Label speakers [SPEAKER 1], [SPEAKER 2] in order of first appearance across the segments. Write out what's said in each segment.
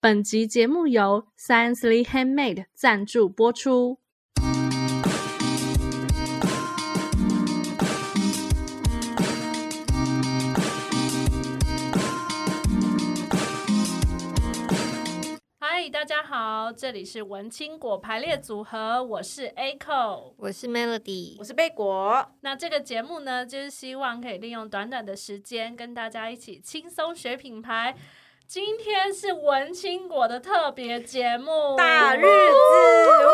[SPEAKER 1] 本集节目由 Sciencely Handmade 赞助播出。嗨，大家好，这里是文青果排列组合，我是 Aiko。
[SPEAKER 2] 我是 Melody，
[SPEAKER 3] 我是贝果，
[SPEAKER 1] 那这个节目呢，就是希望可以利用短短的时间，跟大家一起轻松学品牌。今天是文青果的特别节目，
[SPEAKER 3] 大日子。呜哦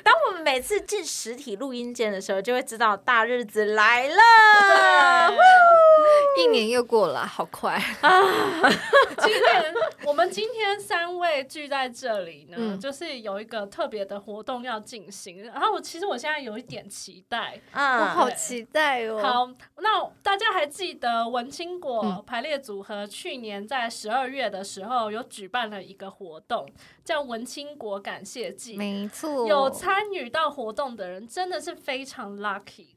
[SPEAKER 3] 当我们每次进实体录音间的时候，就会知道大日子来了。
[SPEAKER 2] 一年又过了，好 快。
[SPEAKER 1] 今天我们今天三位聚在这里呢，
[SPEAKER 2] 嗯
[SPEAKER 1] 就是有一个特别的活动要进行。然后我其实我现在有一点期待。
[SPEAKER 2] 我
[SPEAKER 3] 嗯，
[SPEAKER 2] 好期待哦！，
[SPEAKER 1] 好，那大家还记得文青果
[SPEAKER 2] 嗯
[SPEAKER 1] 排列组合去年在十二月的时候有举办了一个活动，叫文青果感谢季。
[SPEAKER 2] 没错，
[SPEAKER 1] 有参与到活动的人真的是非常 lucky，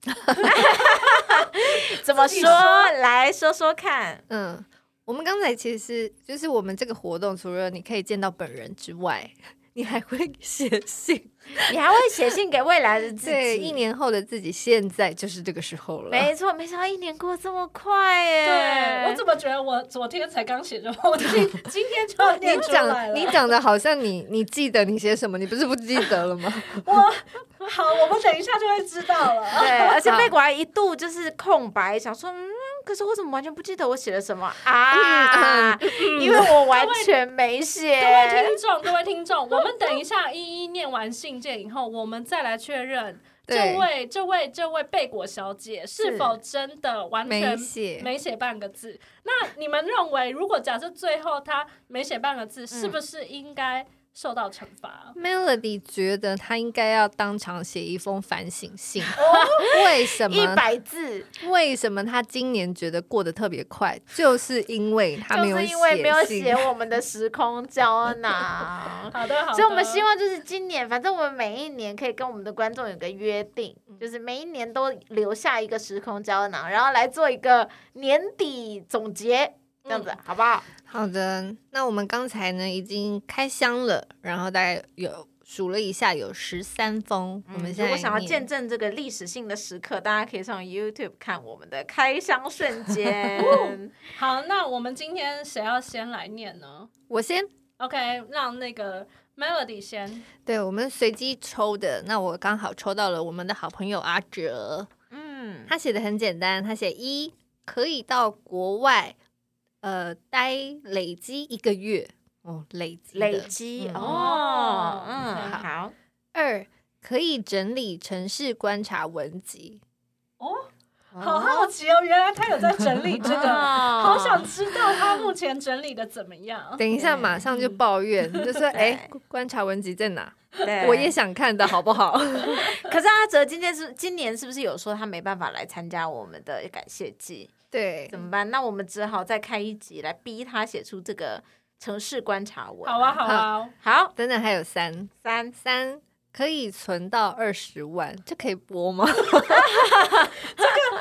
[SPEAKER 3] 怎么
[SPEAKER 1] 自己
[SPEAKER 3] 说？
[SPEAKER 1] 说
[SPEAKER 3] 来说说看。
[SPEAKER 2] 嗯，我们刚才其实就是我们这个活动，除了你可以见到本人之外， 你还会写 信。
[SPEAKER 3] 你还会写信给未来的自
[SPEAKER 2] 对，一
[SPEAKER 3] 己。
[SPEAKER 2] 年后的自己，现在就是这个时候了。
[SPEAKER 3] 没错，没想到一年过这么快耶！
[SPEAKER 1] 对我怎么觉得我昨天才刚写着，我 今今天就要
[SPEAKER 2] 你
[SPEAKER 1] 念出来
[SPEAKER 2] 讲，
[SPEAKER 1] 了。
[SPEAKER 2] 你讲的好像 你你记得你写什么，你不是不记得了吗？
[SPEAKER 1] 我好，我们等一下就会知道 了。
[SPEAKER 3] 对，而 且贝果还一度就是空白，想说，嗯，可是我怎么完全不记得我写了什么啊？因为我完全没 写。
[SPEAKER 1] 各位听众，各位听众，我们等一下一一念完信件以后，我们再来确认
[SPEAKER 2] 对
[SPEAKER 1] 这位、这位、这位贝果小姐是
[SPEAKER 2] 是
[SPEAKER 1] 否真的完
[SPEAKER 2] 没
[SPEAKER 1] 全
[SPEAKER 2] 写，
[SPEAKER 1] 没写半个字。那你们认为，如果假设最后她没写半个字，
[SPEAKER 2] 嗯
[SPEAKER 1] 是不是应该受到惩罚？。
[SPEAKER 2] Melody 觉得他应该要当场写一封反省信， 为什
[SPEAKER 3] 一
[SPEAKER 2] 么？
[SPEAKER 3] 百字，
[SPEAKER 2] 为什么他今年觉得过得特别快？就是因为他
[SPEAKER 3] 就
[SPEAKER 2] 没有
[SPEAKER 3] 是
[SPEAKER 2] 写
[SPEAKER 3] 因为没有
[SPEAKER 2] 信
[SPEAKER 3] 写我们的时空胶囊
[SPEAKER 1] 好的，好的。
[SPEAKER 3] 所以，我们希望就是今年，反正我们每一年可以跟我们的观众有个约定，
[SPEAKER 2] 嗯
[SPEAKER 3] 就是每一年都留下一个时空胶囊，然后来做一个年底总结，这样子、
[SPEAKER 2] 嗯
[SPEAKER 3] 好不好？
[SPEAKER 2] 好的，那我们刚才呢已经开箱了，然后大概有数了一下，有十三封。我们现在
[SPEAKER 3] 嗯如果想要
[SPEAKER 2] 念
[SPEAKER 3] 见证这个历史性的时刻，大家可以上 YouTube 看我们的开 箱瞬间。
[SPEAKER 1] 好，那我们今天谁要先来念呢
[SPEAKER 2] 我先，
[SPEAKER 1] ？OK，让那个 Melody 先。
[SPEAKER 2] 对我们随机抽的，那我刚好抽到了我们的好朋友阿哲，
[SPEAKER 3] 嗯，
[SPEAKER 2] 他写的很简单，他写一可以到国外，呃，待累积一个月哦，累积的
[SPEAKER 3] 累积
[SPEAKER 2] 嗯
[SPEAKER 3] 哦
[SPEAKER 1] 哦，
[SPEAKER 3] 嗯，
[SPEAKER 1] OK
[SPEAKER 3] 好，
[SPEAKER 2] 二可以整理城市观察文集，
[SPEAKER 1] 哦，好
[SPEAKER 2] 哦
[SPEAKER 1] 好奇哦，原来他有在整理这个，
[SPEAKER 3] 哦
[SPEAKER 1] 好想知道他目前整理的怎么样。
[SPEAKER 2] 等一下
[SPEAKER 3] 对
[SPEAKER 2] 马上就抱怨，就 说
[SPEAKER 3] 嗯对
[SPEAKER 2] 哎，观察文集在哪？
[SPEAKER 3] 对
[SPEAKER 2] 我也想看的好不好？
[SPEAKER 3] 可是阿哲今天是今年是不是有说他没办法来参加我们的感谢季？
[SPEAKER 2] 对
[SPEAKER 3] 怎，么办？那我们只好再开一集来逼他写出这个城市观察文。
[SPEAKER 1] 好啊，好啊，
[SPEAKER 3] 好，
[SPEAKER 2] 等等还有三
[SPEAKER 3] 三
[SPEAKER 2] 三可以存到二十万，这可以播吗？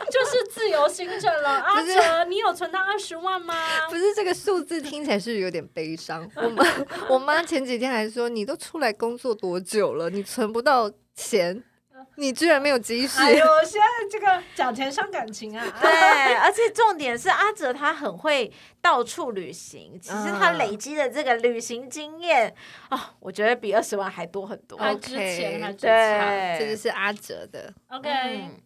[SPEAKER 1] 就是自由新政 了。阿
[SPEAKER 2] 不是
[SPEAKER 1] 哲，你有存到二十万吗？
[SPEAKER 2] 不是这个数字听起来是有点悲伤。我妈我妈前几天还说，你都出来工作多久了，你存不到钱，你居然没有积蓄。
[SPEAKER 1] 哎呦，现在这个讲钱伤感情啊。
[SPEAKER 3] 对，而且重点是阿哲他很会到处旅行，其实他
[SPEAKER 2] 嗯
[SPEAKER 3] 累积的这个旅行经验啊、我觉得比二十万还多很多。
[SPEAKER 1] 还
[SPEAKER 2] OK，
[SPEAKER 1] 值钱，还值钱。
[SPEAKER 3] 对，
[SPEAKER 2] 这就是阿哲的，
[SPEAKER 1] OK，
[SPEAKER 3] 嗯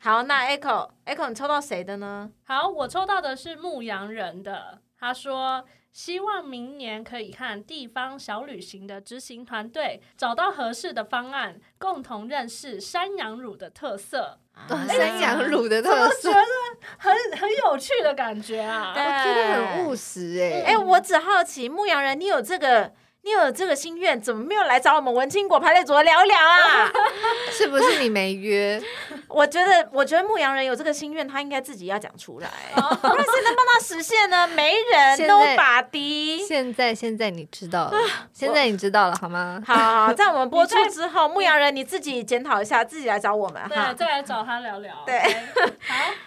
[SPEAKER 3] 好，那 Echo Echo 你抽到谁的呢？
[SPEAKER 1] 好，我抽到的是牧羊人的，他说希望明年可以和地方小旅行的执行团队找到合适的方案，共同认识山羊乳的特色，
[SPEAKER 2] 哇
[SPEAKER 3] 啊
[SPEAKER 2] 山羊乳的特色，
[SPEAKER 1] 很很有趣的感觉啊！
[SPEAKER 2] 我觉得很务实哎、
[SPEAKER 3] 哎、我只好奇牧羊人，你有这个，你有这个心愿，怎么没有来找我们文青果排列组合聊一聊啊？
[SPEAKER 2] 是不是你没约？
[SPEAKER 3] 我觉得，我觉得牧羊人有这个心愿，他应该自己要讲出来，
[SPEAKER 1] 哦
[SPEAKER 3] 不 然谁能帮他实现呢？没人
[SPEAKER 2] 现
[SPEAKER 3] 都
[SPEAKER 2] 在
[SPEAKER 3] 把敌。
[SPEAKER 2] 现在现在你知道了，现在你知道了好吗？
[SPEAKER 3] 啊好好，好在我们播出
[SPEAKER 1] 你在
[SPEAKER 3] 之后，牧羊人你自己检讨一下，自己来找我们
[SPEAKER 1] 对，啊
[SPEAKER 3] 哈。
[SPEAKER 1] 再来找他聊聊。
[SPEAKER 3] 对
[SPEAKER 1] OK，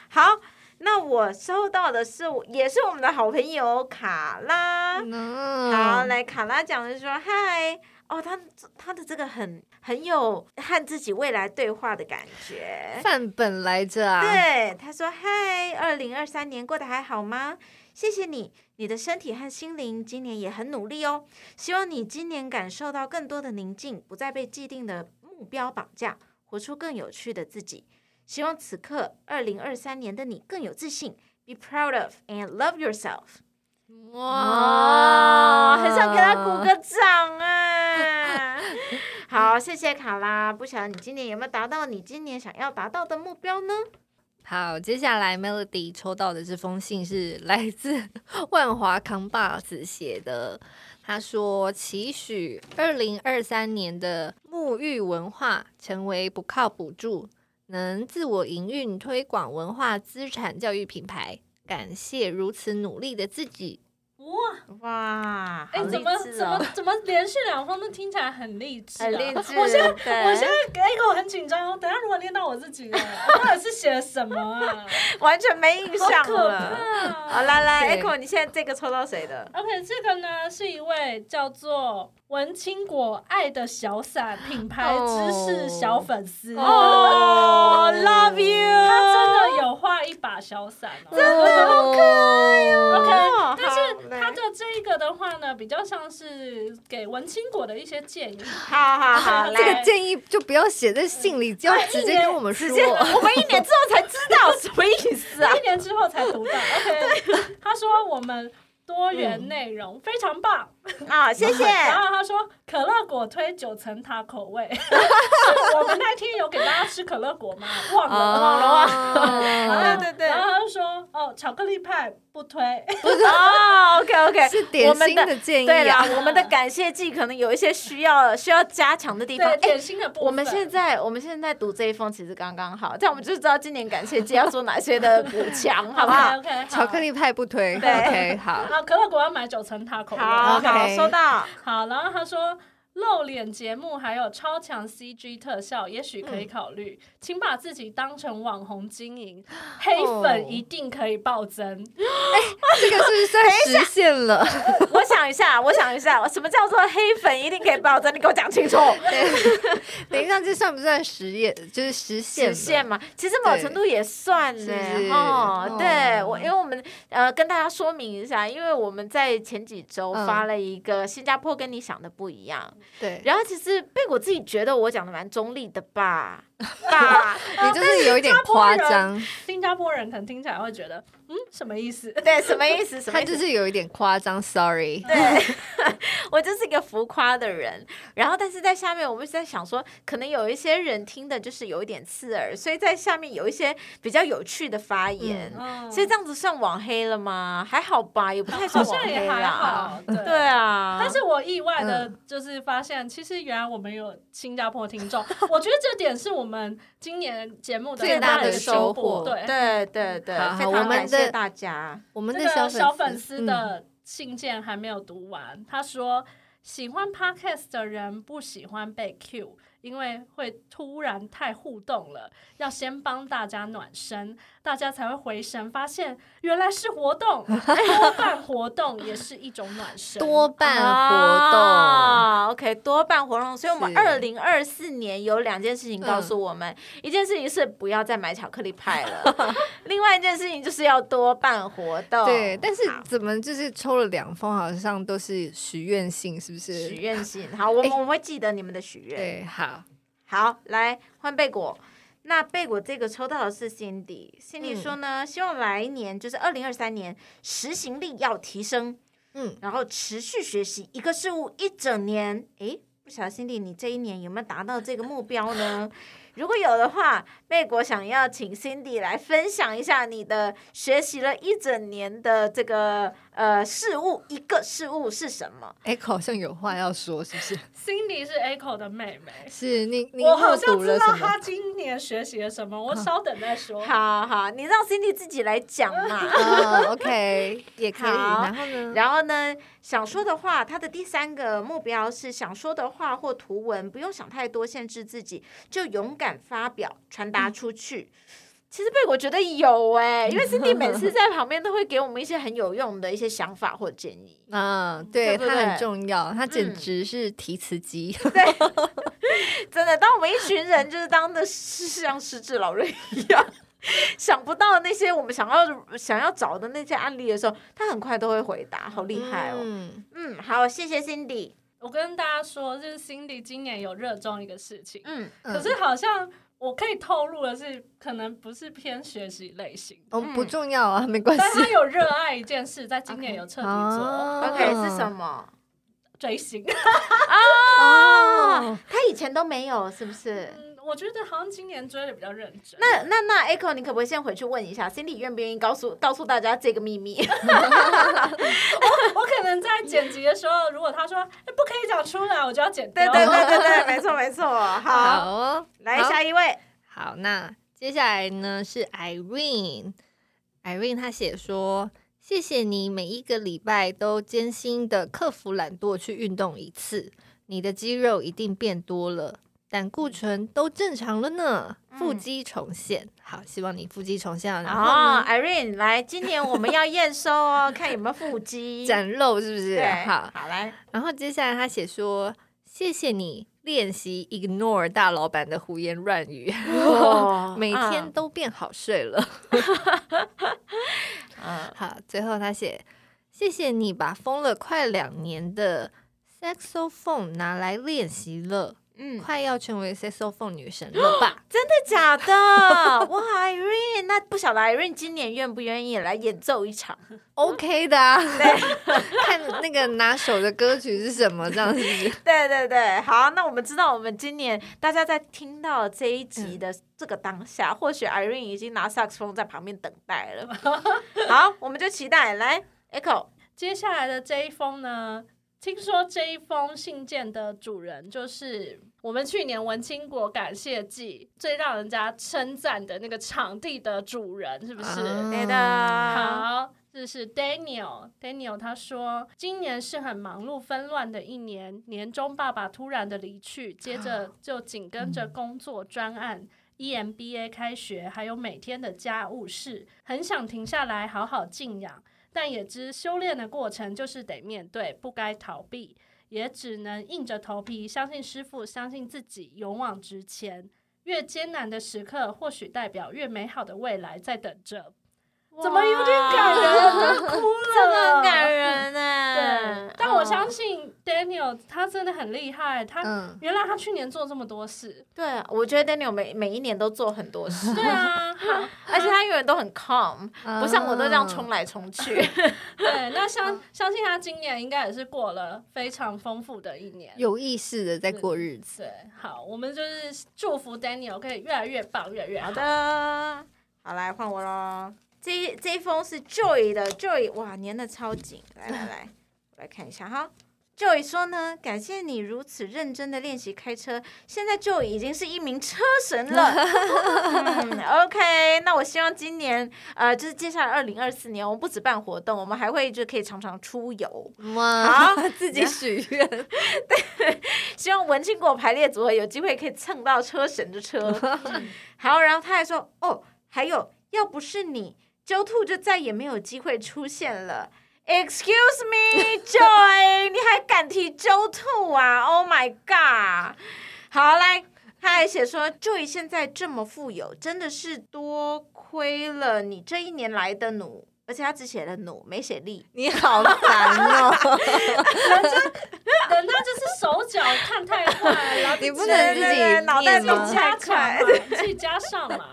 [SPEAKER 1] 好，
[SPEAKER 3] 好，那我收到的是，也是我们的好朋友卡拉。好，
[SPEAKER 2] 好，
[SPEAKER 3] 来卡拉讲的是说嗨。哦，他他的这个很很有和自己未来对话的感觉。
[SPEAKER 2] 范本来着啊，
[SPEAKER 3] 对，他说：“嗨，二零二三年过得还好吗？谢谢你，你的身体和心灵今年也很努力哦。希望你今年感受到更多的宁静，不再被既定的目标绑架，活出更有趣的自己。希望此刻二零二三年的你更有自信，be proud of and love yourself。”哦，很想给他鼓个掌啊！好，谢谢卡拉。不晓得你今年有没有达到你今年想要达到的目标呢？
[SPEAKER 2] 好，接下来 Melody 抽到的这封信是来自 万华康爸子写的。他说：“期许二零二三年的沐浴文化成为不靠补助，能自我营运推广文化资产教育品牌。感谢如此努力的自己。
[SPEAKER 1] 哇，
[SPEAKER 3] 哇，
[SPEAKER 1] 哎、
[SPEAKER 3] 好
[SPEAKER 1] 怎
[SPEAKER 3] 励
[SPEAKER 1] 么
[SPEAKER 3] 志
[SPEAKER 1] 怎么
[SPEAKER 3] 哦！
[SPEAKER 1] 怎么连续两封都听起来很励志、啊，
[SPEAKER 3] 很励志，
[SPEAKER 1] 我现在
[SPEAKER 3] 在
[SPEAKER 1] 我现在哎、我很紧张哦，等一下如果念到我自己了，我到底是写了什么 啊？
[SPEAKER 3] 完全没印
[SPEAKER 1] 好
[SPEAKER 3] 象
[SPEAKER 1] 可
[SPEAKER 3] 了。
[SPEAKER 1] 怕、哦
[SPEAKER 3] 好，来来
[SPEAKER 2] 对
[SPEAKER 3] ，Echo，你现在这个抽到谁的？
[SPEAKER 1] OK，这个呢是一位叫做文青果爱的小伞品牌知识小粉丝 Oh,
[SPEAKER 3] 哦，Love you，
[SPEAKER 1] 他真的有画一把小伞哦，
[SPEAKER 2] 好可爱哦
[SPEAKER 1] OK，
[SPEAKER 3] 哦
[SPEAKER 1] 但是
[SPEAKER 3] 好
[SPEAKER 1] 他的这一个的话呢，比较像是给文青果的一些建议。
[SPEAKER 3] 好好好，
[SPEAKER 1] 这
[SPEAKER 2] 这
[SPEAKER 3] 来
[SPEAKER 2] 个。建议就不要写在信里，就要直接跟我们说。
[SPEAKER 3] 直接，我们一年之后才知道什么意思啊
[SPEAKER 1] 一！年之后才读到。OK，他说我们多元内容、非常棒。
[SPEAKER 3] 啊，谢谢。
[SPEAKER 1] 然后他说可乐果推九层塔口味， 我们那天有给大家吃可乐果吗？忘了。
[SPEAKER 2] 哦
[SPEAKER 1] 忘了
[SPEAKER 2] 了
[SPEAKER 1] 然
[SPEAKER 2] 哦
[SPEAKER 3] 啊
[SPEAKER 1] 后
[SPEAKER 3] 对对对
[SPEAKER 1] 然后他就说：“哦，巧克力派不推，
[SPEAKER 3] 哦，OK OK，
[SPEAKER 2] 是点心的建议
[SPEAKER 3] 对啦
[SPEAKER 2] 啊，，
[SPEAKER 3] 我们的感谢季可能有一些需要需要加强的地方。
[SPEAKER 1] 对，
[SPEAKER 3] 哎，
[SPEAKER 1] 点心的部分。”
[SPEAKER 3] 我们现在我们现在读这一封其实刚刚好，这样我们就知道今年感谢季要做哪些的补 强，好不啊好？
[SPEAKER 1] OK，, o
[SPEAKER 2] 巧克。力派不推。
[SPEAKER 3] 对
[SPEAKER 2] OK，好。
[SPEAKER 1] 好，可乐果要买九层塔口味。
[SPEAKER 3] 好
[SPEAKER 2] OK
[SPEAKER 3] 好，收到。
[SPEAKER 1] 好，然后他说露脸节目还有超强 CG 特效，也许可以考虑，
[SPEAKER 3] 嗯
[SPEAKER 1] 请把自己当成网红经营，黑粉一定可以暴增。
[SPEAKER 3] 哦
[SPEAKER 2] 这个是不是算实现了？
[SPEAKER 3] 我想一下，我想一下，什么叫做黑粉一定可以保证？你给我讲清楚，
[SPEAKER 2] 等一下，这算不算实验？就是实现
[SPEAKER 3] 实
[SPEAKER 2] 了
[SPEAKER 3] 现嘛？其实某程度也算呢
[SPEAKER 2] 是不是，
[SPEAKER 3] 哦
[SPEAKER 2] 哦，
[SPEAKER 3] 对我，因为我们呃跟大家说明一下，因为我们在前几周
[SPEAKER 2] 嗯
[SPEAKER 3] 发了一个新加坡跟你想的不一样，
[SPEAKER 2] 对，
[SPEAKER 3] 然后其实被我自己觉得我讲的蛮中立的 吧，吧，
[SPEAKER 2] 你就是有一点夸张，
[SPEAKER 1] 新加坡人可能听起来会觉得，嗯，什么意思？
[SPEAKER 3] 对，什么意思？什么
[SPEAKER 2] 他
[SPEAKER 3] 意
[SPEAKER 2] 就
[SPEAKER 3] 思？
[SPEAKER 2] 是有一点夸张。Sorry，
[SPEAKER 3] 对，我就是一个浮夸的人。然后，但是在下面，我们是在想说，可能有一些人听的就是有一点刺耳，所以在下面有一些比较有趣的发言。
[SPEAKER 1] 嗯，
[SPEAKER 3] 所以这样子算网黑了吗？还好吧，也不太
[SPEAKER 1] 好
[SPEAKER 3] 算网
[SPEAKER 1] 像
[SPEAKER 3] 黑
[SPEAKER 1] 也还
[SPEAKER 3] 啦。
[SPEAKER 1] 好，对。
[SPEAKER 3] 对啊，
[SPEAKER 1] 但是我意外的
[SPEAKER 2] 嗯
[SPEAKER 1] 就是发现，其实原来我们有新加坡听众，我觉得这点是我们今年节目的
[SPEAKER 2] 最
[SPEAKER 1] 大
[SPEAKER 2] 大
[SPEAKER 1] 的
[SPEAKER 2] 的收获
[SPEAKER 1] 对，
[SPEAKER 3] 对对对，
[SPEAKER 2] 好好
[SPEAKER 3] 非
[SPEAKER 2] 我
[SPEAKER 3] 常
[SPEAKER 2] 们
[SPEAKER 3] 感谢
[SPEAKER 2] 的
[SPEAKER 3] 大家。
[SPEAKER 2] 我们的
[SPEAKER 1] 这个小粉
[SPEAKER 2] 粉嗯
[SPEAKER 1] 丝，的信件还没有读完，他说喜欢 podcast 的人不喜欢被 Q，因为会突然太互动了，要先帮大家暖身，大家才会回神，发现原来是活动， 多办活动也是一种暖
[SPEAKER 2] 嗯
[SPEAKER 1] 身。
[SPEAKER 2] 多办活动，
[SPEAKER 3] 啊、OK，多办活动。所以，我们
[SPEAKER 2] 是嗯
[SPEAKER 3] 二零二四年有两件事情告诉我们：一件事情是不要再买巧克力派了， 另外一件事情就是要多办活动。
[SPEAKER 2] 对，但是
[SPEAKER 3] 好
[SPEAKER 2] 怎么就是抽了两封，好像都是许愿信，是不
[SPEAKER 3] 许
[SPEAKER 2] 是？
[SPEAKER 3] 愿信，好，我们
[SPEAKER 2] 哎
[SPEAKER 3] 我们会记得你们的许愿。
[SPEAKER 2] 对，好，
[SPEAKER 3] 好，来换贝果。那贝果这个抽到的是 Cindy，Cindy
[SPEAKER 2] 嗯
[SPEAKER 3] 说呢，希望来年就是二零二三年实行力要提升，
[SPEAKER 2] 嗯，
[SPEAKER 3] 然后持续学习一个事物一整年。诶，不晓得 Cindy，你这一年有没有达到这个目标呢？如果有的话，贝果想要请 Cindy 来分享一下你的学习了一整年的这个呃事物，一个事物是什么？
[SPEAKER 2] 哎，好像有话要说，是不是？
[SPEAKER 1] Cindy 是 Echo 的妹妹，
[SPEAKER 2] 是你，你
[SPEAKER 1] 我好
[SPEAKER 2] 目
[SPEAKER 1] 像
[SPEAKER 2] 睹了
[SPEAKER 1] 知道
[SPEAKER 2] 什
[SPEAKER 1] 她
[SPEAKER 2] 么？
[SPEAKER 1] 今年学习了什么，我稍等再说。
[SPEAKER 3] 好好，你让 Cindy 自己来讲嘛。
[SPEAKER 2] 哦 OK，也可以。
[SPEAKER 3] 好
[SPEAKER 2] 然后呢？
[SPEAKER 3] 然后呢，想说的话，他的第三个目标是想说的话或图文，不用想太多，限制自己，就勇敢发表，传达出去。其实贝果觉得有哎、因为 Cindy 每次在旁边都会给我们一些很有用的一些想法或建议。
[SPEAKER 2] 嗯，
[SPEAKER 3] 对
[SPEAKER 2] 对，
[SPEAKER 3] 不
[SPEAKER 2] 它
[SPEAKER 3] 对
[SPEAKER 2] 很重要，它简
[SPEAKER 3] 嗯
[SPEAKER 2] 直是提词机。
[SPEAKER 3] 真的，当我们一群人就是当的是像失智老人一样，想不到那些我们想要想要找的那些案例的时候，他很快都会回答，好厉害哦。
[SPEAKER 2] 嗯，
[SPEAKER 3] 嗯，好，谢谢 Cindy。
[SPEAKER 1] 我跟大家说，就是 Cindy 今年有热衷一个事情，
[SPEAKER 3] 嗯，
[SPEAKER 2] 嗯
[SPEAKER 1] 可是好像我可以透露的是，可能不是偏学习类型，
[SPEAKER 2] 哦
[SPEAKER 3] 嗯
[SPEAKER 2] 不重要啊，没关系
[SPEAKER 1] 但。他有热爱一件事，在今年有彻底做
[SPEAKER 2] 哦
[SPEAKER 3] OK 是什么？
[SPEAKER 1] 追星。
[SPEAKER 3] 哦，他以前都没有，是不是？
[SPEAKER 1] 嗯，我觉得好像今年追的比较认真。
[SPEAKER 3] 那那那 Echo，你可不可以先回去问一下 Cindy 愿不愿意告诉告诉大家这个秘密？
[SPEAKER 1] 我可能在剪辑的时候，如果他说、哎不可以讲出来，我就要剪掉。
[SPEAKER 3] 对对对对对，没错没 错。好，
[SPEAKER 2] 好哦，
[SPEAKER 3] 来
[SPEAKER 2] 好
[SPEAKER 3] 下一位。
[SPEAKER 2] 好，那接下来呢是 Irene。Irene 她写说：“谢谢你每一个礼拜都艰辛的克服懒惰去运动一次，你的肌肉一定变多了，胆固醇都正常了呢，腹
[SPEAKER 3] 嗯
[SPEAKER 2] 肌重现。好，希望你腹肌重现了，然后
[SPEAKER 3] 哦
[SPEAKER 2] 呢、
[SPEAKER 3] ，Irene，来，今年我们要验收哦，看有没有腹 肌。
[SPEAKER 2] 展露是不是
[SPEAKER 3] 对，？
[SPEAKER 2] 好，
[SPEAKER 3] 好来，
[SPEAKER 2] 然后接下来他写说：谢谢你练习 ignore 大老板的胡言乱语， 每天都变好睡 了。”
[SPEAKER 3] 嗯
[SPEAKER 2] 好，最后他写：“谢谢你把封了快两年的 saxophone 拿来练习了，
[SPEAKER 3] 嗯，真
[SPEAKER 2] 快要成为 saxophone 女神了 吧
[SPEAKER 3] 的假的？哇，Irene，那不晓得啊 Irene 今年愿不愿意来演奏一场？
[SPEAKER 2] ？”OK 的、啊， 看那个拿手的歌曲是什么，这样子。
[SPEAKER 3] 对对对，好，那我们知道，我们今年大家在听到这一集的
[SPEAKER 1] 嗯
[SPEAKER 3] 这个当下，或许 Irene 已经拿萨克斯风在旁边等待了。 好，我们就期待来 Echo，
[SPEAKER 1] 接下来的这一封呢，听说这一封信件的主人就是我们去年文青国感谢季最让人家称赞的那个场地的主人，是不是？
[SPEAKER 2] 啊
[SPEAKER 3] 对的，
[SPEAKER 1] 嗯好，这是 Daniel。Daniel 他说，今年是很忙碌纷乱的一年，年终爸爸突然的离去，接着就紧跟着工作专案。EMBA E 开学，还有每天的家务事，很想停下来好好静养，但也知修炼的过程就是得面对，不该逃避，也只能硬着头皮，相信师傅，相信自己，勇往直前。越艰难的时刻，或许代表越美好的未来在等着。怎么有点感人？我都哭了，
[SPEAKER 3] 真的很感。人啊嗯呢、，
[SPEAKER 1] 对，但我相信 Daniel 他真的很厉害，他
[SPEAKER 2] 嗯，
[SPEAKER 1] 原来他去年做这么多 事
[SPEAKER 3] 哦对，我觉得 Daniel 每每一年都做很多 事，
[SPEAKER 1] 对啊，好
[SPEAKER 3] 而且他永远都很 calm，不像我都
[SPEAKER 1] 嗯
[SPEAKER 3] 这样冲
[SPEAKER 2] 来。
[SPEAKER 3] 来冲去。
[SPEAKER 1] 对，那相
[SPEAKER 2] 嗯
[SPEAKER 1] 相信他今年应该也是过了非常丰富的一年。
[SPEAKER 2] 有意识的在过日子。
[SPEAKER 1] 对，好，我们就是祝福 Daniel 可以越来越棒，越来越好
[SPEAKER 3] 好。的，好来换我喽。这一这一封是 Joy 的，Joy 哇粘的超紧，来来来， 我来看一下哈。Joy 说呢，感谢你如此认真的练习开车，现在 Joy 已经是一名车神 了。嗯 OK，那我希望今年呃，就是接下来二零二四年，我们不止办活动，我们还会就可以常常 出游。
[SPEAKER 2] 哇
[SPEAKER 3] 好，
[SPEAKER 2] 自 己许愿，
[SPEAKER 3] 希望文青果排列组合有机会可以蹭到车神的 车。好，然后他还说，哦，还有，要不是你，周兔就再也没有机会出现了。Excuse me, Joy，你 还敢提周兔啊？Oh my god！好，来，他还写说，Joy 现在这么富有，真的是多亏了你这一年来的努，而且他只写了努，没写力。
[SPEAKER 2] 你好烦 哦！
[SPEAKER 1] 人家就是手脚看太快了，
[SPEAKER 2] 你不
[SPEAKER 3] 对
[SPEAKER 2] 能自己
[SPEAKER 3] 对对
[SPEAKER 2] 念
[SPEAKER 3] 脑袋自己
[SPEAKER 2] 吗
[SPEAKER 3] 加
[SPEAKER 1] 加强嘛，自己加上 嘛。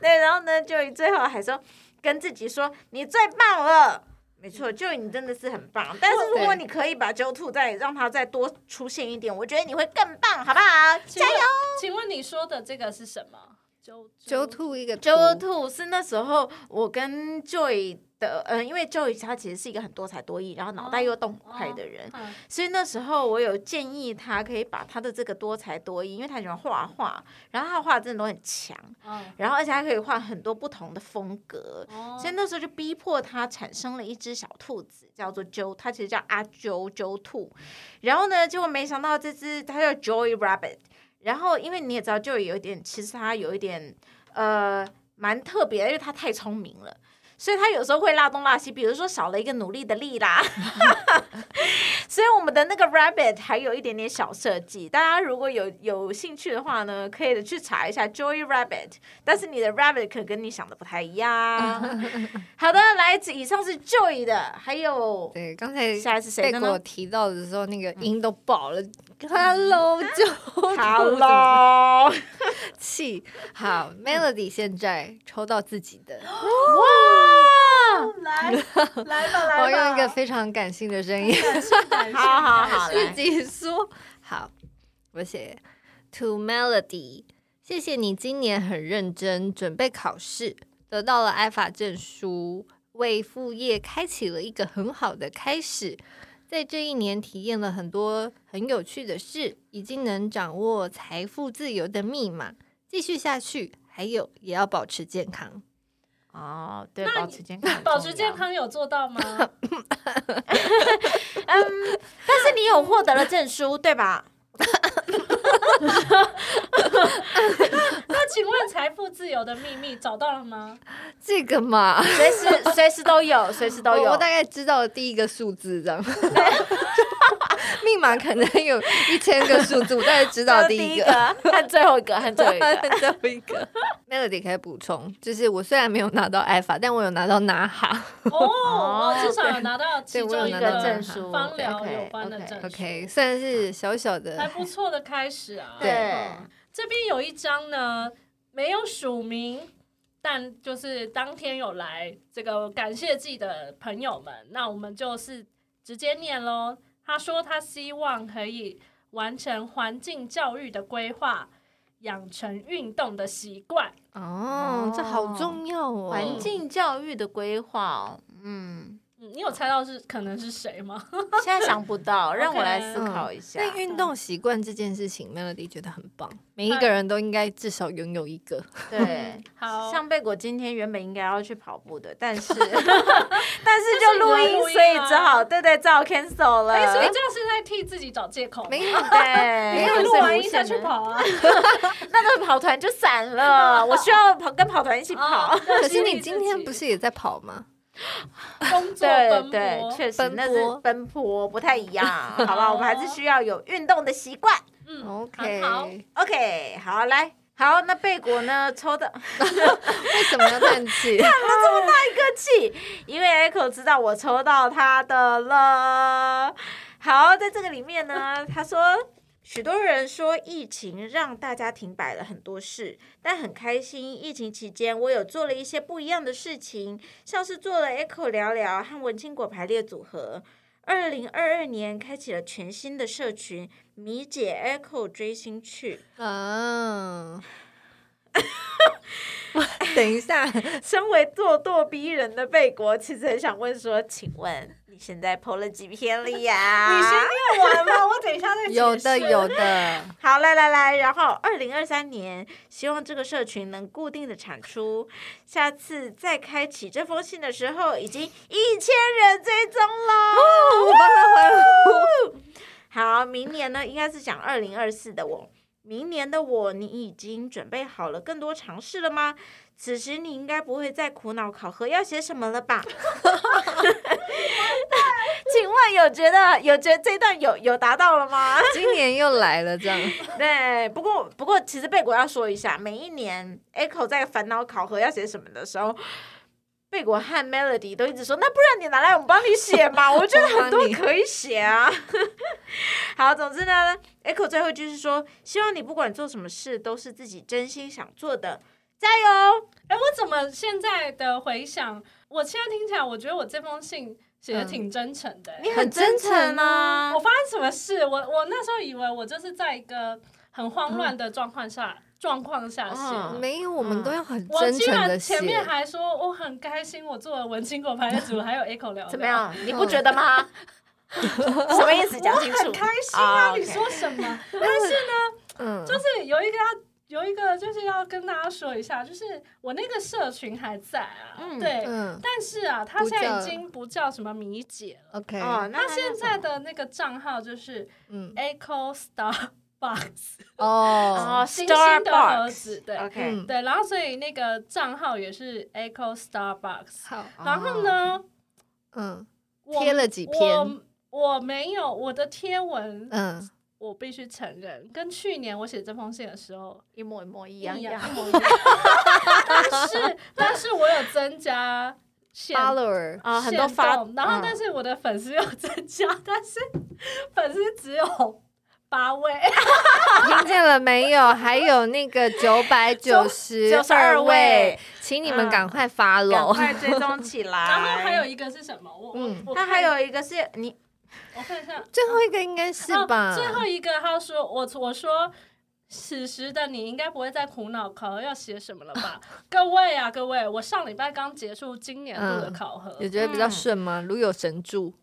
[SPEAKER 3] 对，然后呢，就最后还说跟自己说你最棒了。没错，就你真的是很棒，但是如果
[SPEAKER 2] 对
[SPEAKER 3] 你可以把 Joe Two 再让他再多出现一点，我觉得你会更棒，好不好？
[SPEAKER 1] 请
[SPEAKER 3] 加
[SPEAKER 1] 问
[SPEAKER 3] 油！
[SPEAKER 1] 请问你说的这个是什么？周
[SPEAKER 2] 就吐一个
[SPEAKER 3] Joe Two 是那时候我跟 Joy 的，嗯、因为 Joy 他其实是一个很多才多艺，然后脑袋又动很快的人，
[SPEAKER 1] 嗯
[SPEAKER 3] 所以那时候我有建议他可以把他的这个多才多艺，因为他喜欢画画，然后他的画真的都很强，
[SPEAKER 1] 嗯
[SPEAKER 3] 然后而且他可以画很多不同的风格，
[SPEAKER 1] 哦
[SPEAKER 3] 所以那时候就逼迫他产生了一只小兔子，叫做啾，它其实叫阿啾啾兔。然后呢，结果没想到这只它叫 Joy Rabbit。然后因为你也知道，Joy 有一点，其实它有一点呃蛮特别的，因为他太聪明了。所以他有时候会拉东拉西，比如说少了一个努力的力 啦，所以我们的那个 rabbit 还有一点点小设计。大家如果有有兴趣的话呢，可以去查一下 Joy Rabbit，但是你的 rabbit 可跟你想的不太一 样。好的，来，以上是 Joy 的，还有
[SPEAKER 2] 对，刚才
[SPEAKER 3] 下一次谁
[SPEAKER 2] 贝
[SPEAKER 3] 的
[SPEAKER 2] 果
[SPEAKER 3] 呢
[SPEAKER 2] 提到的时候，那个音都爆了。Hello，就哦
[SPEAKER 3] ？Hello，
[SPEAKER 2] 气好，Melody 现在抽到自己的，
[SPEAKER 3] 哇，
[SPEAKER 1] 来来吧，
[SPEAKER 2] 我
[SPEAKER 1] 来吧，
[SPEAKER 2] 用一个非常感性的声音
[SPEAKER 1] 感性感性
[SPEAKER 3] 好好好
[SPEAKER 1] 感性
[SPEAKER 2] 自己说。 好，我写 To Melody，谢谢你今年很认真准备考试，得到了 i 法证书，为副业开启了一个很好的开始。在这一年，体验了很多很有趣的事，已经能掌握财富自由的密码。继续下去，还有也要保持健康。
[SPEAKER 3] 哦，对，
[SPEAKER 1] 那
[SPEAKER 3] 保
[SPEAKER 1] 你
[SPEAKER 3] 持健康，
[SPEAKER 1] 保持健。康有做到 吗？
[SPEAKER 3] 嗯，但是你有获得了证书，对吧？
[SPEAKER 1] 那请问财富自由的秘密找到了吗？
[SPEAKER 2] 这个嘛，
[SPEAKER 3] 随时随时都有，随时都
[SPEAKER 2] 我
[SPEAKER 3] 有
[SPEAKER 2] 我。大概知道第一个数字 这样。密码可能有一千个数字，我大概知道第一
[SPEAKER 3] 一
[SPEAKER 2] 个。
[SPEAKER 3] 个， 和最后一个，和最后一 个。
[SPEAKER 2] 最后一个 Melody 可以补充，就是我虽然没有拿到 i 法，但我有拿到拿哈。
[SPEAKER 1] 哦，
[SPEAKER 3] 哦
[SPEAKER 1] 我至少有拿到其
[SPEAKER 2] 对我有
[SPEAKER 1] 中一
[SPEAKER 2] 拿
[SPEAKER 1] 个
[SPEAKER 2] 到
[SPEAKER 3] 证书
[SPEAKER 1] 芳疗
[SPEAKER 3] OK，
[SPEAKER 1] 有关的
[SPEAKER 3] OK，嗯
[SPEAKER 1] 证书
[SPEAKER 2] OK，算是小小
[SPEAKER 1] 还
[SPEAKER 2] 的，
[SPEAKER 1] 不错的开始啊。
[SPEAKER 2] 对
[SPEAKER 1] 这边有一张呢，没有署名，但就是当天有来这个感谢季的朋友们，那我们就是直接念喽。他说他希望可以完成环境教育的规划，养成运动的习惯。
[SPEAKER 2] 哦，这好重要哦。
[SPEAKER 3] 环境教育的规划哦，嗯，
[SPEAKER 1] 嗯，你有猜到是可能是谁吗？
[SPEAKER 3] 现在想 不到，让我来思考一下。
[SPEAKER 2] 但运动习惯这件事情，Melody 觉得很棒，每一个人都应该至少拥有一个。
[SPEAKER 3] 对，
[SPEAKER 1] 好，
[SPEAKER 3] 像贝果今天原本应该要去跑步的，但是但是就录
[SPEAKER 1] 但是你要
[SPEAKER 3] 音
[SPEAKER 1] 录，音
[SPEAKER 3] 所以
[SPEAKER 1] 啊
[SPEAKER 3] 只好对对，只好 cancel 了。
[SPEAKER 1] 哎、所以这样是在替自己找借口吗。
[SPEAKER 2] 没有，啊
[SPEAKER 3] 对，
[SPEAKER 1] 没有录完音再
[SPEAKER 3] 下
[SPEAKER 1] 去，跑啊！
[SPEAKER 3] 那那个跑团就散了。我需要跑跟跑团一起跑。
[SPEAKER 1] 哦
[SPEAKER 2] 可是你今天不是也在跑吗？
[SPEAKER 1] 工作
[SPEAKER 3] 对
[SPEAKER 1] 奔
[SPEAKER 3] 对，
[SPEAKER 1] 波？
[SPEAKER 3] 确实
[SPEAKER 2] 奔
[SPEAKER 3] 那
[SPEAKER 2] 波
[SPEAKER 3] 是奔波不 太一样，好吧？我们还是需要有运动的习惯。
[SPEAKER 1] 嗯
[SPEAKER 2] OK，
[SPEAKER 1] 很 好。
[SPEAKER 3] OK，好，来，好，那贝果呢？抽到
[SPEAKER 2] 为什么要叹气？
[SPEAKER 3] 客气，因为 Echo 知道我抽到他的了。好，在这个里面呢，他说。许多人说疫情让大家停摆了很多事，但很开心，疫情期间我有做了一些不一样的事情，像是做了 Echo 聊聊和文青果排列组合。二零二二年开启了全新的社群“米姐 Echo 追星去”，
[SPEAKER 2] 嗯。 等一下，
[SPEAKER 3] 身为咄咄逼人的贝国，其实很想问说，请问你现在 PO 了几篇了呀？
[SPEAKER 1] 你先念完吧，我等一下再解释
[SPEAKER 2] 有的有的，
[SPEAKER 3] 好，来来来，然后二零二三年，希望这个社群能固定的产出。下次再开启这封信的时候，已经一千人追踪哦了。好，明年呢，应该是讲二零二四的我。明年的我，你已经准备好了更多尝试了吗？此时你应该不会再苦恼考核要写什么了吧？ 请问有觉得有觉得这段有有达到了吗？
[SPEAKER 2] 今年又来了，这样
[SPEAKER 3] 对，不过不过，其实贝果要说一下，每一年 Echo 在烦恼考核要写什么的时候，贝果和 Melody 都一直说，那不然你拿来我们帮你写 嘛，我觉得很多可以写啊。 好，总之呢，Echo 最后一句是说，希望你不管做什么事，都是自己真心想做的，加油！
[SPEAKER 1] 哎、我怎么现在的回想，我现在听起来，我觉得我这封信写
[SPEAKER 2] 嗯
[SPEAKER 1] 的挺真诚的、
[SPEAKER 3] 你
[SPEAKER 1] 欸。
[SPEAKER 2] 很
[SPEAKER 3] 很真
[SPEAKER 2] 真诚
[SPEAKER 3] 诚啊
[SPEAKER 1] 我。发生什么事？我我那时候以为我就是在一个很慌
[SPEAKER 2] 嗯
[SPEAKER 1] 乱的状况下状况、下写。
[SPEAKER 3] 嗯
[SPEAKER 2] 没有，我们都要很
[SPEAKER 1] 我
[SPEAKER 2] 真
[SPEAKER 1] 居
[SPEAKER 2] 诚
[SPEAKER 1] 然
[SPEAKER 2] 的写
[SPEAKER 1] 前。面还说我很开心，我做了文青果排列 组，还有 echo 聊聊
[SPEAKER 3] 怎么？样？你不觉得吗？ 什么意思？讲清楚。
[SPEAKER 1] 嗯开心啊！
[SPEAKER 3] 哦
[SPEAKER 1] 你
[SPEAKER 3] ，OK
[SPEAKER 1] 说什么？
[SPEAKER 2] 嗯，
[SPEAKER 1] 就是有一个要有一个就是要跟大家说一下，就是我那个社群还在啊，
[SPEAKER 3] 嗯
[SPEAKER 1] 对，
[SPEAKER 2] 嗯
[SPEAKER 1] 但是啊，他
[SPEAKER 2] 不
[SPEAKER 1] 现在
[SPEAKER 2] 叫
[SPEAKER 1] 已经不叫什么米姐了。
[SPEAKER 2] ，OK，
[SPEAKER 3] 哦，那
[SPEAKER 1] 他
[SPEAKER 3] 他
[SPEAKER 1] 现
[SPEAKER 3] 那
[SPEAKER 1] 在的那个账号就是
[SPEAKER 2] 嗯，
[SPEAKER 1] Echo Star box，
[SPEAKER 2] 哦，
[SPEAKER 3] 哦
[SPEAKER 1] 星星的盒
[SPEAKER 3] Starbucks，
[SPEAKER 1] 子，对
[SPEAKER 3] OK，
[SPEAKER 2] 嗯
[SPEAKER 1] 对，然后所以那个账号也是 Echo Starbucks，
[SPEAKER 2] 好，
[SPEAKER 3] 哦
[SPEAKER 1] 然后呢，
[SPEAKER 2] 嗯，
[SPEAKER 1] 我
[SPEAKER 2] 贴了几篇，
[SPEAKER 1] 我我没有我的贴文，
[SPEAKER 2] 嗯，
[SPEAKER 1] 我必须承认，跟去年我写这封信的时候
[SPEAKER 3] 一模一模一
[SPEAKER 1] 一
[SPEAKER 3] 样一样。
[SPEAKER 1] 一模一样但是但是我有增加线
[SPEAKER 2] follower，
[SPEAKER 3] 啊，很多
[SPEAKER 1] 限
[SPEAKER 3] 发
[SPEAKER 1] 动，然后
[SPEAKER 3] 嗯
[SPEAKER 1] 但是我的粉丝有增加，但是粉丝只有八位，
[SPEAKER 2] 听见了没有？还有那个九百九十
[SPEAKER 3] 92
[SPEAKER 2] 位
[SPEAKER 3] 位，
[SPEAKER 2] 请你们
[SPEAKER 3] 嗯
[SPEAKER 2] 赶快
[SPEAKER 3] 赶
[SPEAKER 2] follow。
[SPEAKER 3] 快追踪起 来。
[SPEAKER 1] 然后还有，一个是什么？我我
[SPEAKER 2] 嗯
[SPEAKER 1] 我
[SPEAKER 3] 他
[SPEAKER 1] 看
[SPEAKER 3] 还有一个是你
[SPEAKER 1] 我看一下，
[SPEAKER 2] 最后一个应该是吧？
[SPEAKER 1] 哦最后一个他说我我说。此时的你应该不会再苦恼考核要写什么了 吧？各位啊，各位，我上礼拜刚结束今年度的
[SPEAKER 2] 嗯
[SPEAKER 1] 考核，
[SPEAKER 2] 有觉得比较顺吗？如有神助，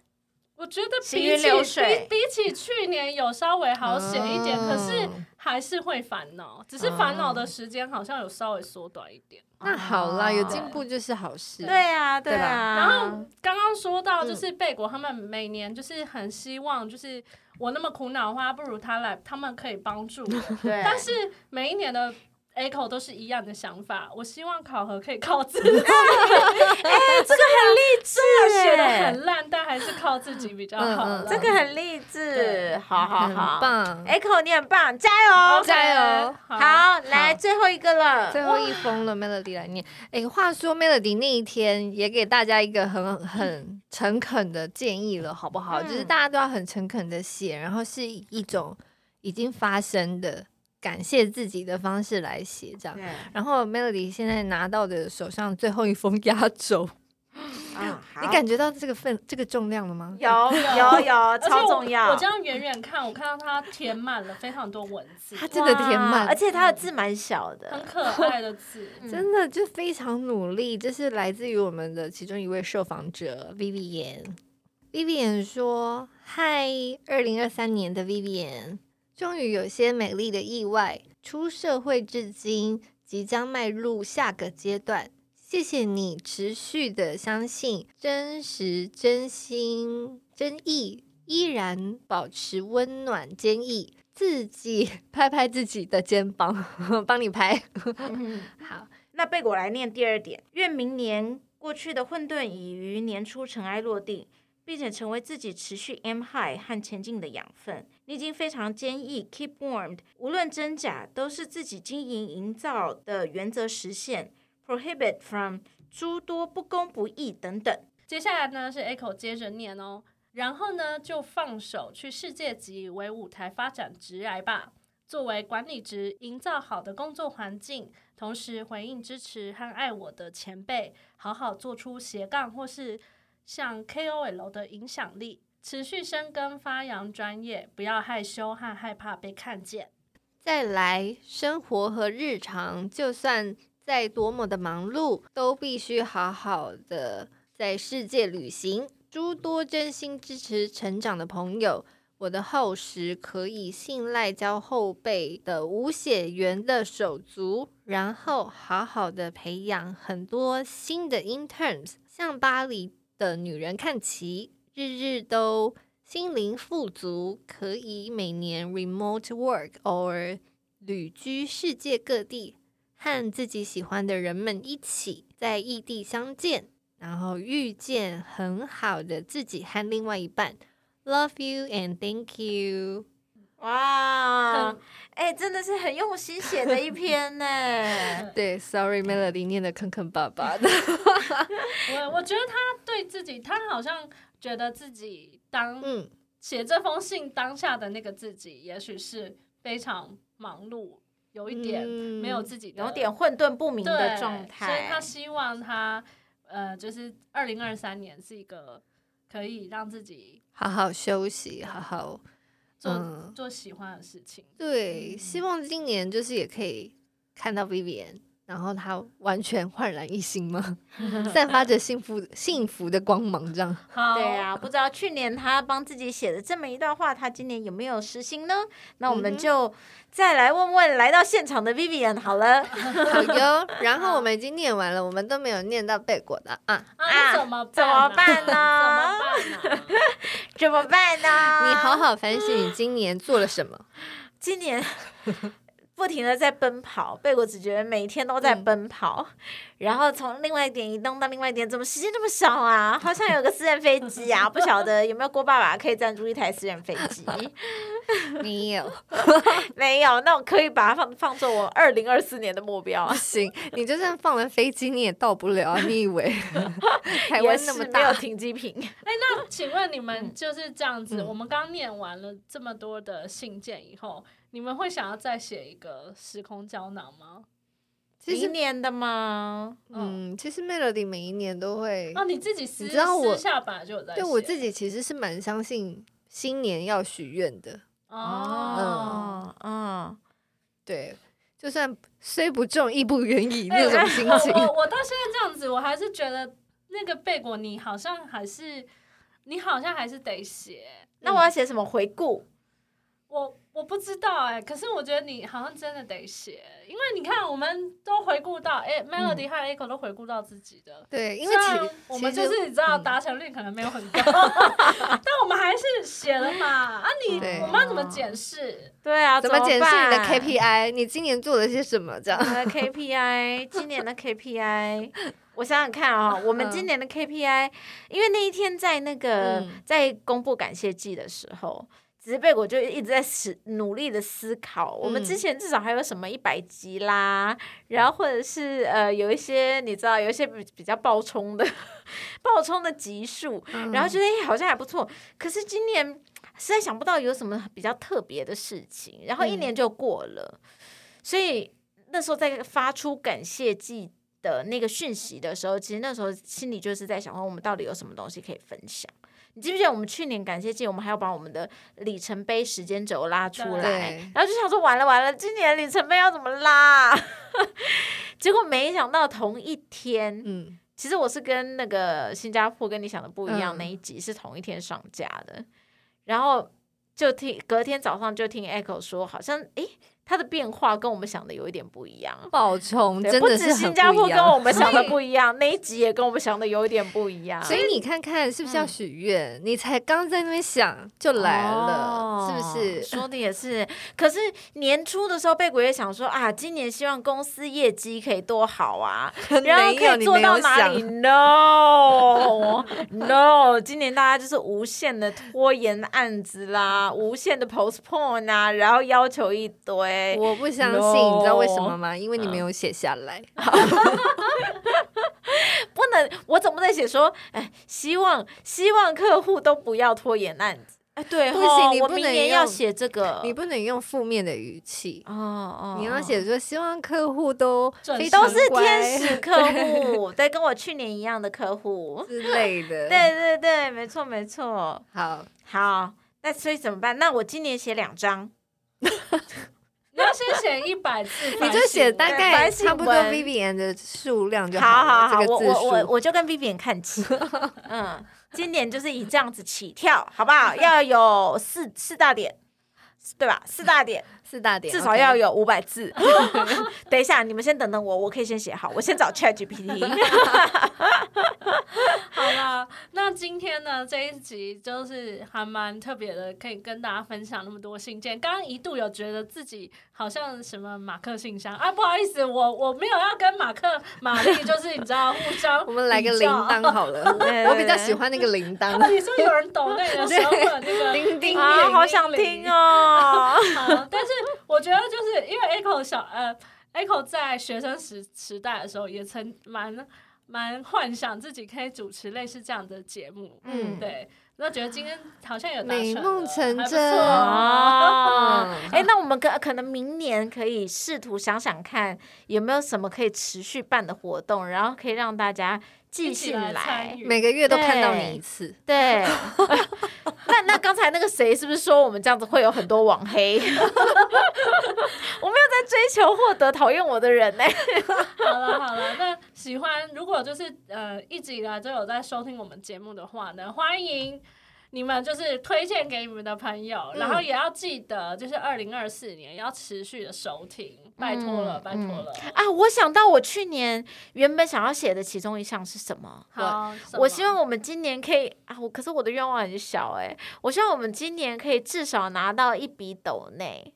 [SPEAKER 1] 我觉得
[SPEAKER 3] 行
[SPEAKER 1] 比
[SPEAKER 3] 云
[SPEAKER 1] 起
[SPEAKER 3] 流
[SPEAKER 1] 比
[SPEAKER 3] 水
[SPEAKER 1] 比起去年有稍微好写一点，可
[SPEAKER 3] 哦
[SPEAKER 1] 是还是会烦恼，只是烦恼的时间好像有稍微缩短一点。
[SPEAKER 2] 那好啦，
[SPEAKER 3] 哦
[SPEAKER 2] 有进步就是好事。
[SPEAKER 3] 对啊，对啊。嗯
[SPEAKER 1] 然后刚刚说到，就是贝果他们每年就是很希望，就是我那么苦恼的话，不如他来，他们可以帮助我。
[SPEAKER 3] 对，
[SPEAKER 1] 但是每一年的 echo 都是一样的想法，我希望考核可以靠 自己，
[SPEAKER 3] 是
[SPEAKER 1] 写的很烂，但还是靠自己比较好
[SPEAKER 2] 嗯
[SPEAKER 1] 啦。
[SPEAKER 2] 嗯
[SPEAKER 3] 这个很励
[SPEAKER 1] 对
[SPEAKER 3] 志，好好
[SPEAKER 2] 很
[SPEAKER 3] 啊好，哎
[SPEAKER 2] 棒。
[SPEAKER 3] Echo，你很棒，加油！
[SPEAKER 2] OK 加油
[SPEAKER 3] 好，来最后一个了，
[SPEAKER 2] 最后一封了，Melody 来念。哎、话说 Melody 那一天也给大家一个很 很诚恳的建议了，好不好？就是
[SPEAKER 3] 嗯
[SPEAKER 2] 大家都要很诚恳的写，然后是以一种已经发生的感谢自己的方式来写，这样。
[SPEAKER 3] 对，
[SPEAKER 2] 然后 Melody 现在拿到的手上最后一封压轴，
[SPEAKER 1] 啊
[SPEAKER 3] 嗯，好
[SPEAKER 2] 你感觉到这个份这个重量了吗？
[SPEAKER 3] 有有有，
[SPEAKER 1] 而且我
[SPEAKER 3] 超重要，
[SPEAKER 1] 我这样远远看，我看到它填满了非常多文字，
[SPEAKER 2] 它真的填满
[SPEAKER 3] 哇而且它的字蛮小
[SPEAKER 1] 很
[SPEAKER 3] 的，
[SPEAKER 1] 可爱的 字。
[SPEAKER 3] 嗯
[SPEAKER 2] 真的就非常努力，这是来自于我们的其中一位受访者 Vivian。Vivian 说：“嗨，二零二三年的 Vivian，终于有些美丽的意外。出社会至今，即将迈入下个阶段。谢谢你持续的相信，真实、真心、真意，依然保持温暖、坚毅。”自己 拍拍自己的肩膀，帮你拍。
[SPEAKER 3] 嗯
[SPEAKER 2] 好，
[SPEAKER 3] 那贝果来念第二点，愿明年过去的混沌已于年初尘埃落定，并且成为自己持续 M high 和前进的养分。你已经非常坚毅，keep warmed，无论真假，都是自己经营营造的原则实现，prohibit from 诸多不公不义等等。
[SPEAKER 1] 接下来呢是 Echo 接着念哦，然后呢就放手去世界级为舞台发展职涯吧。作为管理职，营造好的工作环境，同时回应支持和爱我的前辈，好好做出斜杠或是像 KOL 的影响力，持续深耕发扬专业，不要害羞和害怕被看见。
[SPEAKER 2] 再来，生活和日常，就算再多么的忙碌，都必须好好的在世界旅行。诸多真心支持成长的朋友，我的后时可以信赖交后辈的无血缘的手足，然后好好的培养很多新的 interns，向巴黎的女人看齐，日日都心灵富足，可以每年 remote work or 旅居世界各地，和自己喜欢的人们一起在异地相见，然后遇见很好的自己和另外一半。Love you and thank you。
[SPEAKER 3] 哇
[SPEAKER 1] 很，
[SPEAKER 3] 哎、真的是很用心写的一篇呢。
[SPEAKER 2] 对，Sorry Melody 念的坑坑巴巴的。
[SPEAKER 1] 我我觉得他对自己，他好像觉得自己当
[SPEAKER 2] 嗯，
[SPEAKER 1] 写这封信当下的那个自己，也许是非常忙碌，有一点
[SPEAKER 2] 嗯
[SPEAKER 1] 没有自己的、
[SPEAKER 3] 有点混沌不明
[SPEAKER 1] 对
[SPEAKER 3] 的状
[SPEAKER 1] 所以
[SPEAKER 3] 态，
[SPEAKER 1] 他希望他呃，就是二零二三年是一个可以让自己
[SPEAKER 2] 好好休息，好好
[SPEAKER 1] 做、
[SPEAKER 2] 嗯
[SPEAKER 1] 做喜欢的事情。
[SPEAKER 2] 对，希望今年就是也可以看到 Vivian，然后她完全焕然一新 嘛，散发着幸 福幸福的光芒， 这样。
[SPEAKER 1] 好，
[SPEAKER 3] 对啊，不知道去年他帮自己写的这么一段话，他今年有没有实行呢？那我
[SPEAKER 2] 嗯
[SPEAKER 3] 们
[SPEAKER 2] 哼
[SPEAKER 3] 就再来问问来到现场的 Vivian 好了。
[SPEAKER 2] 好哟，然后我们已经念完了，我们都没有念到贝果的啊，
[SPEAKER 1] 啊，那
[SPEAKER 3] 啊
[SPEAKER 1] 怎么
[SPEAKER 3] 怎么
[SPEAKER 1] 办
[SPEAKER 3] 办
[SPEAKER 1] 呢、
[SPEAKER 3] 呢
[SPEAKER 1] 怎么办呢、
[SPEAKER 3] 怎么办呢？
[SPEAKER 2] 啊你好好反省你今年做了什么。
[SPEAKER 3] 今年不停的在奔跑，贝果只觉得每天都在
[SPEAKER 2] 嗯
[SPEAKER 3] 奔跑，然后从另外一点移动到另外一点，怎么时间这么少啊？好像有个私人飞机啊，不晓得有没有郭爸爸可以赞助一台私人飞机？
[SPEAKER 2] 没有，
[SPEAKER 3] 没有，那我可以把它放放作我二零二四年的目标
[SPEAKER 2] 不
[SPEAKER 3] 啊。
[SPEAKER 2] 行， 你就算放了飞机，你也到不了啊。你以 为台湾那么
[SPEAKER 3] 也是没有
[SPEAKER 2] 大？
[SPEAKER 3] 停机坪，
[SPEAKER 1] 请问你们就是这样子，
[SPEAKER 2] 嗯
[SPEAKER 1] 我们刚念完了这么多的信件以后，你们会想要再写一个时空胶囊吗？
[SPEAKER 2] 其实
[SPEAKER 3] 明，年的吗？
[SPEAKER 1] 嗯
[SPEAKER 2] 嗯，其实 Melody 每一年都会，
[SPEAKER 1] 哦，你自己私
[SPEAKER 2] 你知道我
[SPEAKER 1] 私下本来就有在写，
[SPEAKER 2] 对
[SPEAKER 3] 啊
[SPEAKER 2] 我自己其实是蛮相信新年要许愿的。
[SPEAKER 1] 哦，
[SPEAKER 3] 嗯，
[SPEAKER 2] 对，就算虽不中，亦不远矣
[SPEAKER 1] 哎
[SPEAKER 2] 那种 心情。
[SPEAKER 1] 我我我到现在这样子，我还是觉得那个贝果你好像还是你好像还是得写，
[SPEAKER 3] 那我要写什么回顾？
[SPEAKER 1] 我我不知道哎、可是我觉得你好像真的得写，因为你看我们都回顾到，哎、m e l o d y 和 Echo 都回顾到自己的。
[SPEAKER 2] 对，嗯因为
[SPEAKER 1] 虽然
[SPEAKER 2] 其
[SPEAKER 1] 我们
[SPEAKER 2] 其
[SPEAKER 1] 就
[SPEAKER 2] 实
[SPEAKER 1] 是你知道
[SPEAKER 2] 嗯
[SPEAKER 1] 达成率可能没有很高， 但我们还是写了嘛。啊你，
[SPEAKER 2] 对
[SPEAKER 1] 我们要怎么检视？
[SPEAKER 3] 对啊，
[SPEAKER 2] 怎
[SPEAKER 3] 么
[SPEAKER 2] 么检视你的
[SPEAKER 3] 办呃
[SPEAKER 2] KPI？你今年做了些什么？这样
[SPEAKER 3] 我的 KPI，今年的 KPI，我想想看啊、我们今年的 KPI，因为那一天在那个、
[SPEAKER 2] 嗯
[SPEAKER 3] 在公布感谢季的时候。植被我就一直在思努力的思考，我
[SPEAKER 2] 嗯
[SPEAKER 3] 们之前至少还有什么一百集啦，然后或者是呃有一些你知道有一些比比较爆冲的 爆冲的集数，然
[SPEAKER 2] 嗯
[SPEAKER 3] 后觉得哎、诶好像还不错，可是今年实在想不到有什么比较特别的事情，然后一
[SPEAKER 2] 嗯
[SPEAKER 3] 年就过了，所以那时候在发出感谢季的那个讯息的时候，其实那时候心里就是在想说，我们到底有什么东西可以分享？你记不记得我们去年感谢季，我们还要把我们的里程碑时间轴拉出来
[SPEAKER 2] 对，
[SPEAKER 3] 然后就想说完了完了，今年里程碑要怎么拉？啊 结果没想到同一天，
[SPEAKER 2] 嗯，
[SPEAKER 3] 其实我是跟那个新加坡跟你想的不一样，
[SPEAKER 2] 嗯
[SPEAKER 3] 那一集是同一天上架的，然后就听隔天早上就听 Echo 说，好像诶它的变化跟我们想的有一点不一样。
[SPEAKER 2] 爆冲嗯
[SPEAKER 3] 对
[SPEAKER 2] 真
[SPEAKER 3] 不
[SPEAKER 2] 的
[SPEAKER 3] 止
[SPEAKER 2] 是很
[SPEAKER 3] 新加
[SPEAKER 2] 不
[SPEAKER 3] 坡
[SPEAKER 2] 一
[SPEAKER 3] 跟我
[SPEAKER 2] 样。
[SPEAKER 3] 们想
[SPEAKER 1] 所
[SPEAKER 3] 的
[SPEAKER 1] 以
[SPEAKER 3] 不一样，那一集也跟我们想的有一点不一样。
[SPEAKER 2] 所以你看看是不是要
[SPEAKER 3] 啊嗯
[SPEAKER 2] 许愿？你才刚在那边想就来了，
[SPEAKER 3] 哦
[SPEAKER 2] 是不是？
[SPEAKER 3] 说的也是。可是年初的时候，贝果也想说啊，今年希望公司业绩可以多好 啊，然后
[SPEAKER 2] 没有
[SPEAKER 3] 可以
[SPEAKER 2] 你
[SPEAKER 3] 做
[SPEAKER 2] 没有
[SPEAKER 3] 到哪里？No No，今年大家就是无限的拖延案子啦，无限的 postpone 啊，然后要求一堆。
[SPEAKER 2] 我不相信，你知道为什么
[SPEAKER 3] No
[SPEAKER 2] 吗？因为你
[SPEAKER 3] 嗯
[SPEAKER 2] 没有写下来。
[SPEAKER 3] 不能，我总不能写说，哎，希望希望客户都不要拖延案子。哎，对
[SPEAKER 2] 不
[SPEAKER 3] 吼
[SPEAKER 2] 行你
[SPEAKER 3] 我
[SPEAKER 2] 不
[SPEAKER 3] 明
[SPEAKER 2] 能
[SPEAKER 3] 年要
[SPEAKER 2] 用
[SPEAKER 3] 写这个。
[SPEAKER 2] 你不能用负面的语气，
[SPEAKER 3] 哦哦，
[SPEAKER 2] 你要
[SPEAKER 3] 哦
[SPEAKER 2] 写说希望客户都
[SPEAKER 1] 准
[SPEAKER 2] 非
[SPEAKER 1] 时
[SPEAKER 2] 常
[SPEAKER 3] 都是
[SPEAKER 2] 乖
[SPEAKER 3] 天
[SPEAKER 2] 。
[SPEAKER 3] 使客户，对，跟我去年一样的客户
[SPEAKER 2] 之类的。
[SPEAKER 3] 对，对对，没错没错。
[SPEAKER 2] 好，
[SPEAKER 3] 好，那所以怎么办？那我今年写两张，
[SPEAKER 1] 你要先写一百字，
[SPEAKER 2] 你就写大
[SPEAKER 3] 对
[SPEAKER 2] 概
[SPEAKER 3] 反省
[SPEAKER 2] 差不多
[SPEAKER 3] 文
[SPEAKER 2] Vivian 的数量就
[SPEAKER 3] 好
[SPEAKER 2] 了。
[SPEAKER 3] 好好，
[SPEAKER 2] 这
[SPEAKER 3] 我
[SPEAKER 2] 个字
[SPEAKER 3] 我我
[SPEAKER 2] 数
[SPEAKER 3] 我就跟 Vivian 看 齐。嗯，今年就是以这样子起跳，好不好？要有四四大点。对吧？四大点
[SPEAKER 2] 四大 点，
[SPEAKER 3] 至少
[SPEAKER 2] OK
[SPEAKER 3] 要有五百字。 等一下，你们先等等我，我可以先写好，我 先找 Chat GPT。
[SPEAKER 1] 好啦，那今天呢这一集就是还蛮特别的，可以跟大家分享那么多信件。刚刚一度有觉得自己好像什么马克信箱啊，不好意思，我我没有要跟马克、玛丽，就是你知道互相
[SPEAKER 2] 我们来个
[SPEAKER 1] 比
[SPEAKER 2] 铃
[SPEAKER 1] 较。
[SPEAKER 2] 铛好 了，
[SPEAKER 3] 对
[SPEAKER 2] 我比较喜欢那个铃
[SPEAKER 1] 啊
[SPEAKER 2] 铛，
[SPEAKER 1] 你是不是有人懂那个时候会有那个
[SPEAKER 2] 叮叮
[SPEAKER 3] 啊，好想听哦！
[SPEAKER 1] 好，呃但是我觉得就是因为 Echo 小呃，Echo 在学生时时代的时候也曾蛮蛮幻想自己可以主持类似这样的节目，
[SPEAKER 2] 嗯
[SPEAKER 1] 对，那觉得今天好像有达
[SPEAKER 2] 美
[SPEAKER 1] 了
[SPEAKER 2] 梦成
[SPEAKER 1] 还不
[SPEAKER 2] 真
[SPEAKER 1] 错
[SPEAKER 3] 哦，
[SPEAKER 2] 嗯
[SPEAKER 3] 哎、那我们可可能明年可以试图想想看，有没有什么可以持续办的活动，然后可以让大家寄
[SPEAKER 1] 一起
[SPEAKER 3] 信
[SPEAKER 1] 来参与，
[SPEAKER 2] 每个月都看到你一次。
[SPEAKER 3] 对， 那那刚才那个谁是不是说我们这样子会有很多网黑？我 没有在追求获得讨厌我的人呢、
[SPEAKER 1] 好了好了，那喜欢如果就是呃一直以来都有在收听我们节目的话呢，欢迎你们就是推荐给你们的朋友，
[SPEAKER 3] 嗯
[SPEAKER 1] 然后也要记得就是二零二四年要持续的收听，拜托了、
[SPEAKER 3] 嗯
[SPEAKER 1] 拜托了。
[SPEAKER 3] 啊，我想到我去年原本想要写的其中一项是什么？
[SPEAKER 1] 好，什
[SPEAKER 3] 我
[SPEAKER 1] 么
[SPEAKER 3] 希望我们今年可以啊，我可是我的愿望很小哎、我希望我们今年可以至少拿到一笔斗内，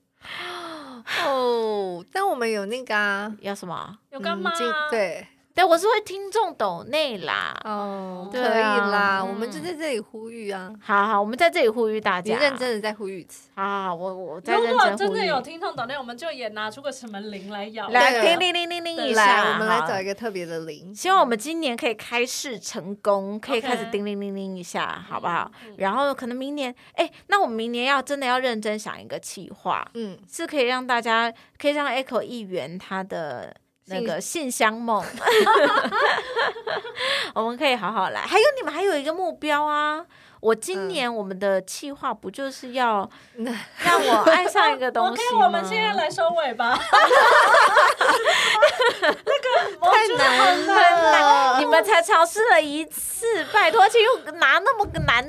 [SPEAKER 2] 哦，但我们有那个啊，
[SPEAKER 3] 要什么？
[SPEAKER 1] 有干妈、
[SPEAKER 2] 嗯进对
[SPEAKER 3] 对，我是会听众抖内啦。
[SPEAKER 2] 哦，可
[SPEAKER 3] 对
[SPEAKER 2] 以
[SPEAKER 3] 啊
[SPEAKER 2] 啦，我们
[SPEAKER 3] 嗯
[SPEAKER 2] 就在这里呼吁啊，
[SPEAKER 3] 好好，我们在这里呼吁大
[SPEAKER 2] 你
[SPEAKER 3] 家，
[SPEAKER 2] 认真的再呼吁一次。
[SPEAKER 3] 好好，好我我再
[SPEAKER 1] 如
[SPEAKER 3] 认真
[SPEAKER 1] 果
[SPEAKER 3] 呼吁。
[SPEAKER 1] 真的有听众懂内，我们就也拿出个什么铃来摇。
[SPEAKER 3] 来
[SPEAKER 2] 对
[SPEAKER 3] 叮铃铃铃铃一下，
[SPEAKER 2] 来，我们来
[SPEAKER 3] 好
[SPEAKER 2] 找一个特别的零。
[SPEAKER 3] 希望我们今年可以开市成功，可以开始
[SPEAKER 1] OK
[SPEAKER 3] 叮铃铃铃一下，好不好
[SPEAKER 1] 嗯？
[SPEAKER 3] 然后可能明年，哎，那我们明年要真的要认真想一个企划，
[SPEAKER 2] 嗯，
[SPEAKER 3] 是可以让大家，可以让 Echo 议员他的那
[SPEAKER 2] 信
[SPEAKER 3] 个信 箱梦， 我们可以好好来。还有你们还有一个目标啊！我
[SPEAKER 2] 嗯
[SPEAKER 3] 今年我们的企划不就是要
[SPEAKER 1] 嗯
[SPEAKER 2] 那
[SPEAKER 3] 让我爱上一个东
[SPEAKER 1] OK，
[SPEAKER 3] 西
[SPEAKER 1] 我
[SPEAKER 3] 吗？
[SPEAKER 1] 们现在来收尾 吧。那
[SPEAKER 3] 哦
[SPEAKER 1] 个我觉得很
[SPEAKER 3] 很
[SPEAKER 1] 难，
[SPEAKER 3] 难，啊你们才尝试了一次，拜托，而且又拿那么个难，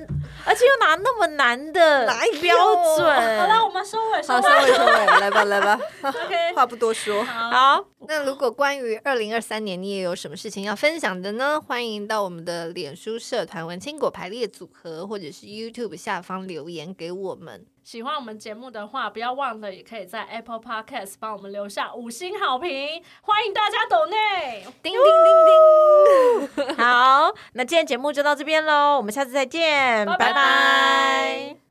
[SPEAKER 3] 而且又拿那么难的
[SPEAKER 2] 哪有
[SPEAKER 3] 标准。
[SPEAKER 1] 好了，我们收尾，收
[SPEAKER 2] 好，
[SPEAKER 1] 尾
[SPEAKER 2] 收。尾收尾，来吧来 吧，
[SPEAKER 1] OK，
[SPEAKER 2] 话不多说。
[SPEAKER 1] 好，
[SPEAKER 3] 好，
[SPEAKER 2] 那如果关于二零二三年你也有什么事情要分享的呢？欢迎到我们的脸书社团“文青果排列组合”或者是 YouTube 下方留言给我们。
[SPEAKER 1] 喜欢我们节目的话，不要忘了也可以在 Apple Podcast 帮我们留下五星好评，欢迎大家抖内。
[SPEAKER 2] 叮叮叮叮。
[SPEAKER 3] 好，那今天节目就到这边喽，我们下次再见，
[SPEAKER 1] 拜
[SPEAKER 3] 拜
[SPEAKER 1] 拜
[SPEAKER 3] 拜